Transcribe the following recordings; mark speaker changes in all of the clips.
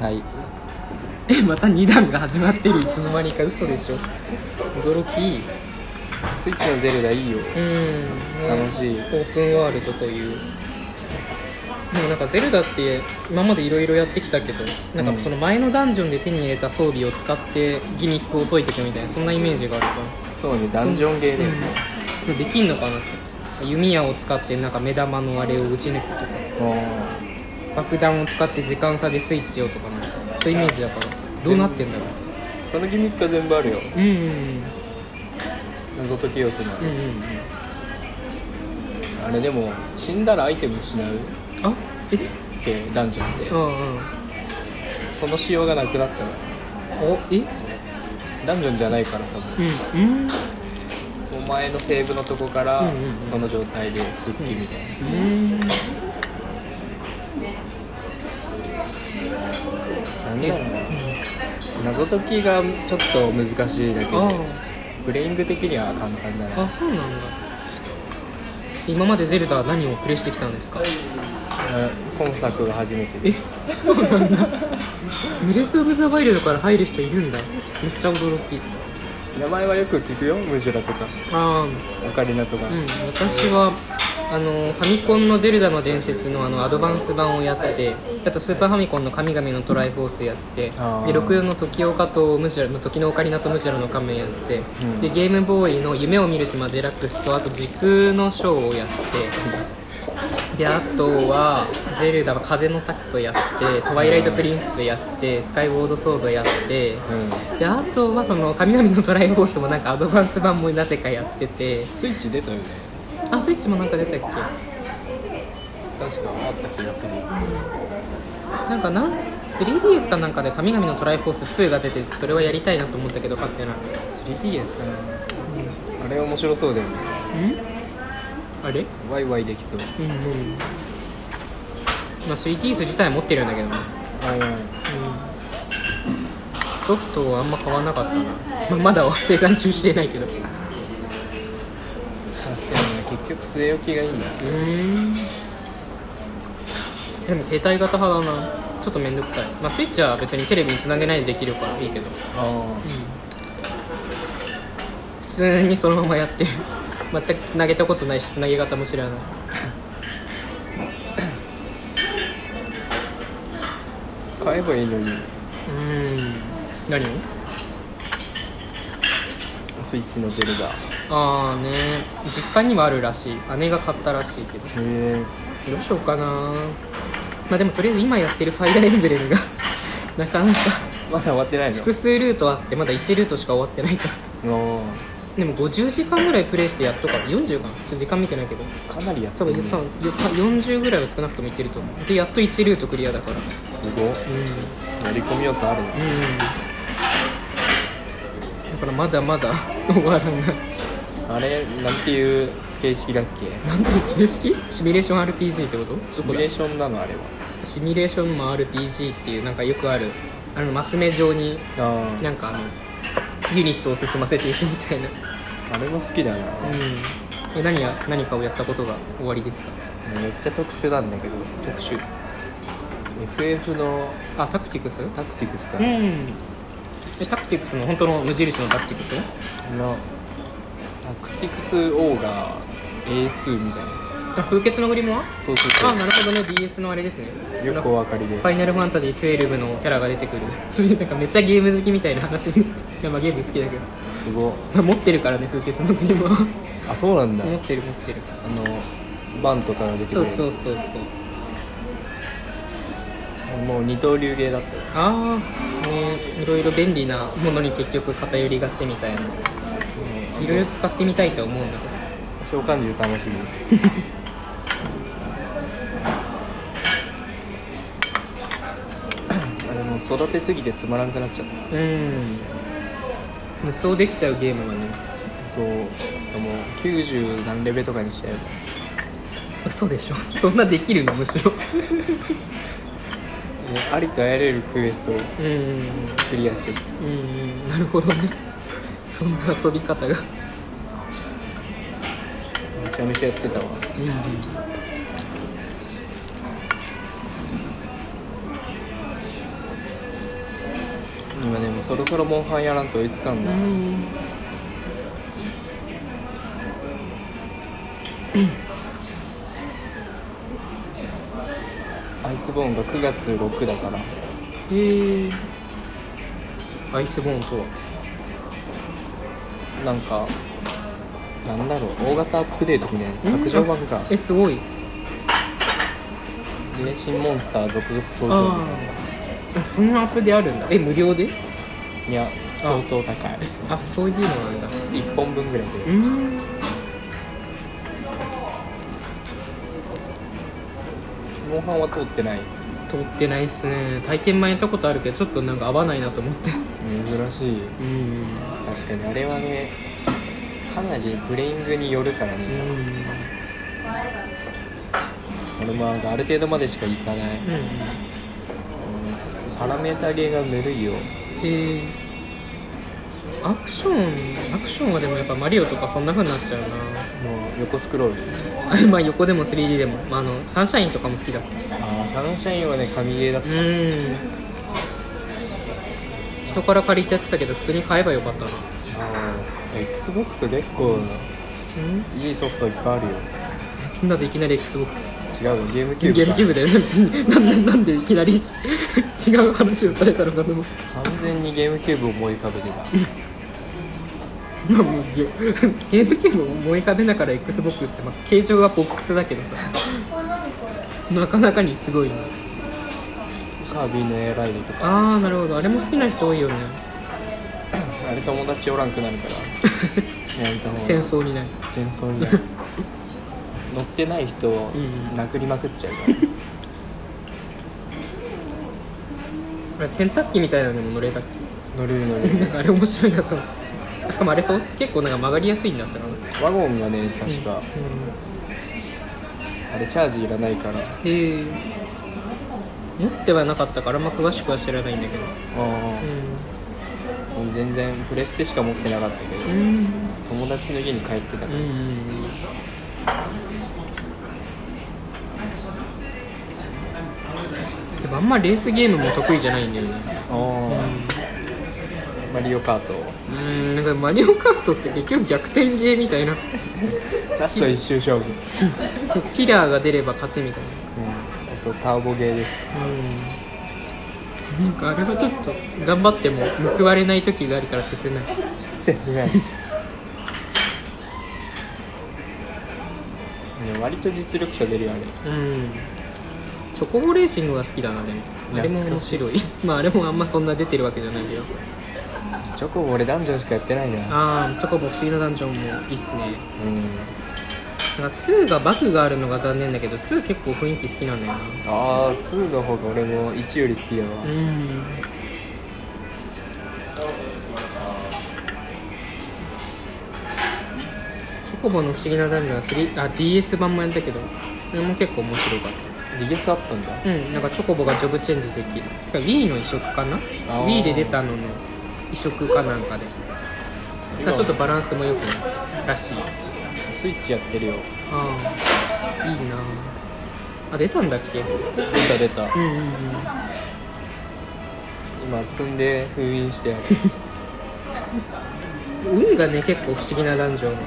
Speaker 1: はい
Speaker 2: えまた2段が始まってるいつの間にか嘘でしょ驚き
Speaker 1: スイッチのゼルダいいよ
Speaker 2: うん
Speaker 1: 楽しい
Speaker 2: オープンワールドというでもなんかゼルダって今までいろいろやってきたけどなん
Speaker 1: うん
Speaker 2: かその前のダンジョンで手に入れた装備を使ってギミックを解いていくみたいなそんなイメージがあるから
Speaker 1: そうねダンジョンゲーで、
Speaker 2: それできんのかな弓矢を使ってなんか目玉のあれを打ち抜くとか
Speaker 1: あ
Speaker 2: 爆弾を使って時間差でスイッチをとかなんかそういうイメージだからどうなってんだろう
Speaker 1: ーそのギミックは全部あるよ
Speaker 2: うんうん
Speaker 1: 謎解き要素もあ
Speaker 2: うんう
Speaker 1: る
Speaker 2: んうんうん
Speaker 1: あれでも死んだらアイテム失うっ
Speaker 2: あえ
Speaker 1: てダンジョンって
Speaker 2: うんうん
Speaker 1: その仕様がなくなったら
Speaker 2: おえ
Speaker 1: ダンジョンじゃないからさも
Speaker 2: うんうん
Speaker 1: うお前のセーブのとこから
Speaker 2: うんうんうん
Speaker 1: その状態で復帰みたいな、
Speaker 2: うん
Speaker 1: なんでだろうね謎解きがちょっと難しいだけ
Speaker 2: あ
Speaker 1: でプレイング的には簡単だ
Speaker 2: あ
Speaker 1: な
Speaker 2: あそうなんだ今までゼルダは何をプレイしてきたんですか
Speaker 1: うん今作が初めて
Speaker 2: え
Speaker 1: です
Speaker 2: そうなんだ ブレス・オブ・ザ・ワイルドから入る人いるんだめっちゃ驚き
Speaker 1: 名前はよく聞くよムジュラとか
Speaker 2: ああ
Speaker 1: オカリナとか、
Speaker 2: うん私はあのファミコンの「ゼルダの伝説の」あのアドバンス版をやってあとスーパーファミコンの「神々のトライフォース」やってで
Speaker 1: あー
Speaker 2: 64の「時岡」と「ムジュラ」「時のオカリナ」と「ムジュラの仮面」やって、
Speaker 1: うん
Speaker 2: でゲームボーイの「夢を見る島デラックス」とあと「時空のショー」をやってであとは「ゼルダ」は「風のタクト」やって「トワイライト・プリンス」やって「スカイ・ウォード・ソード」やって
Speaker 1: うん
Speaker 2: であとはその「神々のトライフォース」もなんかアドバンス版もなぜかやってて
Speaker 1: スイッチ出たよね
Speaker 2: あスイッチもなんか出たっけ
Speaker 1: 確かあった気がする
Speaker 2: なんかなん 3DS かなんかで「神々のトライフォース2」が出てそれはやりたいなと思ったけど買ってない
Speaker 1: 3DS かな、あれ面白そうだよね
Speaker 2: うんあれ
Speaker 1: ワイワイできそう
Speaker 2: うんうんまあ 3DS 自体持ってるんだけどね
Speaker 1: ワイワイ
Speaker 2: ソフトはあんま買わなかったな、まあまだ 生産中してないけどう
Speaker 1: 確かにね結局据え置きがいいんだ
Speaker 2: ーんでも携帯型派だなちょっとめんどくさいまあスイッチは別にテレビにつなげないでできるからいいけど
Speaker 1: あ
Speaker 2: 普通にそのままやってる 全くつなげたことないしつなげ方も知らない
Speaker 1: あ買えばいいのに
Speaker 2: うん何を
Speaker 1: スイッチのゼルダへ
Speaker 2: ああね実家にはあるらしい姉が買ったらしいけど
Speaker 1: え
Speaker 2: どうしようかなまあでもとりあえず今やってるファイアーエンブレムが なかなか
Speaker 1: まだ終わってないの
Speaker 2: 複数ルートあってまだ1ルートしか終わってないから
Speaker 1: あ
Speaker 2: でも50時間ぐらいプレイしてやっとか40かなちょっと時間見てないけど
Speaker 1: あかなりやっ
Speaker 2: 多
Speaker 1: て
Speaker 2: 分
Speaker 1: る、ね、
Speaker 2: さ40ぐらいは少なくともいってると思うでやっと1ルートクリアだから
Speaker 1: すごい
Speaker 2: うん
Speaker 1: やり込み要素あるね
Speaker 2: うんだからまだまだ 終わらない
Speaker 1: あれなんていう形式だっけ
Speaker 2: なんていう形式シミュレーション RPG ってこと
Speaker 1: シミュレーションなのあれは
Speaker 2: シミュレーションも RPG っていうなんかよくあるあのマス目上に
Speaker 1: あ
Speaker 2: なんかあのユニットを進ませていくみたいな
Speaker 1: ああれも好きだな、
Speaker 2: うんえ何や何かをやったことが終わりですか
Speaker 1: めっちゃ特殊なんだけど特殊 FF の
Speaker 2: あタクティクスう
Speaker 1: タクティクスか、
Speaker 2: んえタクティクスの本当の無印のタクティクス
Speaker 1: のタクティクス O が A2 みたいな
Speaker 2: あ風穴のグリムは
Speaker 1: そうそうそ
Speaker 2: あなるほどね DS のあれですね
Speaker 1: うよくお分かりで
Speaker 2: ファイナルファンタジー12のキャラが出てくる それでなんかめっちゃゲーム好きみたいな話 にいやまあゲーム好きだけど、
Speaker 1: すごい
Speaker 2: まあ、持ってるからね風穴の国も持
Speaker 1: あそうなんだ、
Speaker 2: ってる持ってるか
Speaker 1: あのバンとかが出て
Speaker 2: ら
Speaker 1: く
Speaker 2: そう
Speaker 1: る
Speaker 2: そうそうそう
Speaker 1: もう二刀流ゲーだった よ
Speaker 2: ああねいろいろ便利なものに結局偏りがちみたいないろいろ使ってみたいと思うんだけど
Speaker 1: 召喚獣楽しみですあでも育てすぎてつまらなくなっちゃっ
Speaker 2: うん無双できちゃうゲームがね
Speaker 1: たそうでも90何レベルとかにしちゃえば
Speaker 2: 嘘でしょ そんなできるのむしろ
Speaker 1: もうありとあらゆるクエストを
Speaker 2: うんうん
Speaker 1: クリアして
Speaker 2: うんうんなるほどね そんな遊び方
Speaker 1: め
Speaker 2: が
Speaker 1: ちゃめちゃやってたわ今でもそろそろモンハンやらんと追いつかんな、アイスボーンが9月6だから
Speaker 2: へえアイスボーンとは
Speaker 1: なんかなんだろう大型アップデートみたいな拡張版が
Speaker 2: えすごい
Speaker 1: で新モンスター続々登場み
Speaker 2: あああそんなアップであるんだえ無料で
Speaker 1: たいないや
Speaker 2: あ
Speaker 1: 相当高い
Speaker 2: あそういうのなんだ
Speaker 1: 1本分ぐらいで
Speaker 2: うん
Speaker 1: モンハンは通ってない
Speaker 2: 通ってないっすね体験版やったことあるけどちょっとなんか合わないなと思って
Speaker 1: 珍しい
Speaker 2: うん
Speaker 1: 確かにあれはねかなりプレイングによるから
Speaker 2: う
Speaker 1: ね
Speaker 2: ん
Speaker 1: 俺もなんかある程度までしか行かない、うん
Speaker 2: うん
Speaker 1: パラメーターゲーがぬるいよ
Speaker 2: へえアクションアクションはでもやっぱマリオとかそんな風になっ ちゃう
Speaker 1: もう横スクロール
Speaker 2: なまあ横でも 3D でも、まあ、あのサンシャインとかも好きだった
Speaker 1: ああサンシャインはね神ゲーだっ
Speaker 2: うーん人から借りてやってたけど普通に買えばよかったな
Speaker 1: たああ XBOX 結構いいソフトいっぱいあるよ
Speaker 2: うんなんでいきなり XBOX
Speaker 1: 違うよゲームキ
Speaker 2: ゲ
Speaker 1: ューブ
Speaker 2: ー
Speaker 1: か
Speaker 2: ムキューブだよなんでなんでいきなり違う話をされたのかと思っ
Speaker 1: 完全にゲームキューブを思い浮かべてた
Speaker 2: まあもうゲゲームキューブを思い浮かべながら XBOX って、まあ、形状はボックスだけどさなかなかにすごいな
Speaker 1: カービィのエアライドとか
Speaker 2: ああなるほどあれも好きな人多いよね
Speaker 1: あれ友達おらんくなるからやりた方が
Speaker 2: 戦争にない
Speaker 1: 戦争になる乗ってない人を
Speaker 2: うん
Speaker 1: 殴りまくっちゃうから
Speaker 2: あれ洗濯機みたいなのにも乗れたっけ
Speaker 1: 乗れる乗れる
Speaker 2: なんかあれ面白いなと思ってしかもあれそう結構なんか曲がりやすいんだったかな
Speaker 1: ワゴンがね確か、あれチャージいらないからあ
Speaker 2: へえ持ってはなかったからあんま詳しくは知らないんだけど
Speaker 1: あ
Speaker 2: う
Speaker 1: もう全然プレステしか持ってなかったけど
Speaker 2: んうん
Speaker 1: 友達の家に帰ってたから、
Speaker 2: うんでもあんまレースゲームも得意じゃないんだよね
Speaker 1: ああマリオカート
Speaker 2: うんなんかマリオカートって結局逆転ゲーみたいな
Speaker 1: ラスト一周勝負、うん、
Speaker 2: キラーが出れば勝ちみたい
Speaker 1: あとターボゲーです
Speaker 2: なうんなんかあれはちょっと頑張っても報われない時があるから切ない
Speaker 1: 切ないね割と実力者出るよあれ
Speaker 2: うんチョコボレーシングが好きだなでもあれも面白いまああれもあんまそんな出てるわけじゃないけど
Speaker 1: チョコボ俺ダンジョンしかやってないな
Speaker 2: ああチョコボ不思議なダンジョンもいいっすね
Speaker 1: うん
Speaker 2: なんか2がバグがあるのが残念だけど2結構雰囲気好きなんだよな
Speaker 1: ああ2の方が俺も1より好きだわ
Speaker 2: うんチョコボの不思議なダンジョンは3あ DS 版もやったけどあれも結構面白かっ
Speaker 1: リゲスあったんだ
Speaker 2: たうんなんかチョコボがジョブチェンジできるてか Wii の移植かな
Speaker 1: ー
Speaker 2: Wii で出たのの移植かなんかでなんかちょっとバランスも良くないらしい
Speaker 1: スイッチやってるよ
Speaker 2: ああいいなああ出たんだっけう
Speaker 1: 出た出た
Speaker 2: んうんうん
Speaker 1: 今積んで封印してあ る
Speaker 2: 運がね結構不思議なダンジョンは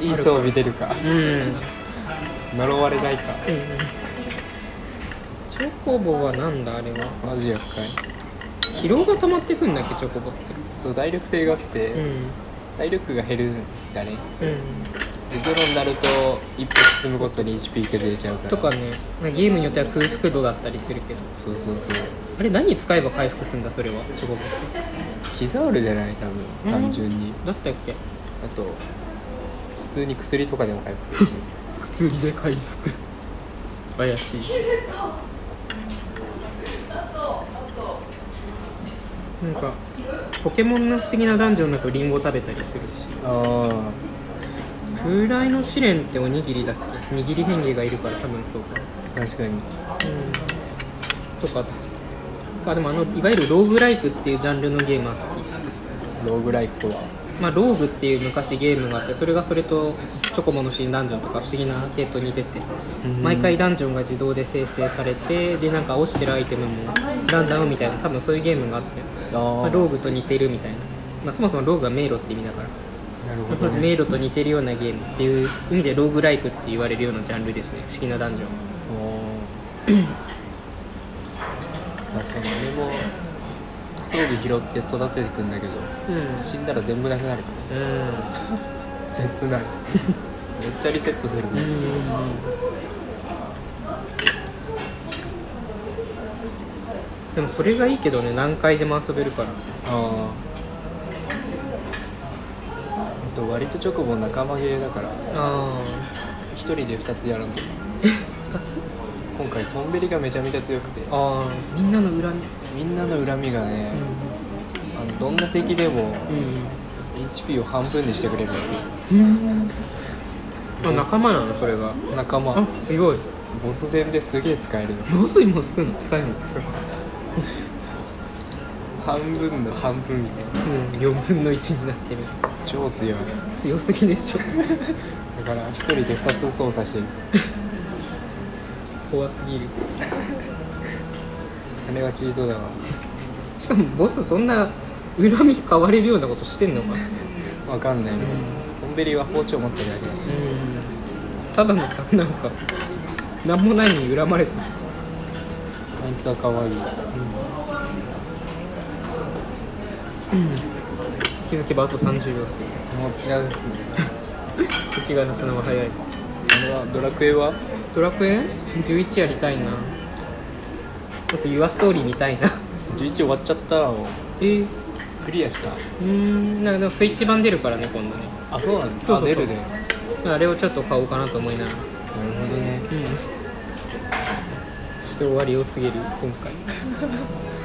Speaker 2: い
Speaker 1: い装備出るか
Speaker 2: うん、うんうん、
Speaker 1: 呪われないか
Speaker 2: チョコボはなんだあれは
Speaker 1: マジ厄介
Speaker 2: 疲労が溜まってくんだっけチョコボって
Speaker 1: そう体力性があって、
Speaker 2: うん
Speaker 1: 体力が減るんだね
Speaker 2: うん
Speaker 1: でゼロになると一歩進むごとに HP 削れちゃうから
Speaker 2: とかねまあゲームによっては空腹度だったりするけど
Speaker 1: そうそうそう
Speaker 2: あれ何使えば回復するんだそれはチョコボって
Speaker 1: ヒザールじゃない多
Speaker 2: うん
Speaker 1: 分単純に
Speaker 2: だったっけ
Speaker 1: あと普通に薬とかでも回復 するし
Speaker 2: 薬で回復怪しいなんかポケモンの不思議なダンジョンだとリンゴ食べたりするし
Speaker 1: あ
Speaker 2: 風来の試練っておにぎりだっけ握り変化がいるから多分そうかな
Speaker 1: あ確かに
Speaker 2: うんとかだしあでもあのいわゆるローグライクっていうジャンルのゲームは好き
Speaker 1: ローグライクとは
Speaker 2: まあ、ローグっていう昔ゲームがあってそれがそれとチョコモの新ダンジョンとか不思議な系統に出て
Speaker 1: うん
Speaker 2: 毎回ダンジョンが自動で生成されてでなんか落ちてるアイテムもランダムみたいな多分そういうゲームがあってまあ、ローグと似てるみたいな、まあ、そもそもローグは迷路って意味だから
Speaker 1: なるほど、
Speaker 2: 迷
Speaker 1: ね、
Speaker 2: 路と似てるようなゲームっていう意味でローグライクって言われるようなジャンルですね不思議なダンジョン
Speaker 1: おー 確かに俺も装備拾って育ててくんだけど
Speaker 2: うんうん
Speaker 1: 死んだら全部なくなるか ら切ないめっちゃリセットする
Speaker 2: うんう
Speaker 1: ね、
Speaker 2: んでもそれがいいけどね何回でも遊べるから
Speaker 1: あああと割とチョコボ仲間切れだから
Speaker 2: あ
Speaker 1: 一人で2つやらんと
Speaker 2: あ2つ
Speaker 1: 今回トンベリがめちゃめちゃ強くて
Speaker 2: ああみんなの恨
Speaker 1: み
Speaker 2: み
Speaker 1: んなの恨みがね、あのどんな敵でも
Speaker 2: う
Speaker 1: HP を半分にしてくれるんですよ
Speaker 2: んうんあ仲間なのそれが
Speaker 1: 仲間
Speaker 2: あすごい
Speaker 1: ボス戦ですげえ使えるの
Speaker 2: ノ水もすくんの使えるの
Speaker 1: 半分の半分みたいな
Speaker 2: うん4分の1になってる
Speaker 1: 超強い
Speaker 2: 強すぎでしょ
Speaker 1: だから一人で2つ操作してる
Speaker 2: 怖すぎる
Speaker 1: あれはチートだわ
Speaker 2: しかもボスそんな恨み買われるようなことしてんのか
Speaker 1: わかんないねトンベリは包丁持ってるだけだ
Speaker 2: うんただのさなんか何もないのに恨まれてる
Speaker 1: あいつは可愛い
Speaker 2: 気づけばあと30秒過
Speaker 1: もう違うですね
Speaker 2: ぎ時が経つのが早い
Speaker 1: あれはドラクエは
Speaker 2: ドラクエ ?11 やりたいなあと Your Story 見たいな
Speaker 1: 11終わっちゃったを
Speaker 2: えー、
Speaker 1: クリアした
Speaker 2: うーんなんかでもスイッチ版出るからね今度ね
Speaker 1: あそうなん
Speaker 2: そうそうそう
Speaker 1: あ出るね
Speaker 2: あれをちょっと買おうかなと思いながら
Speaker 1: なるほどね
Speaker 2: うんそして終わりを告げる今回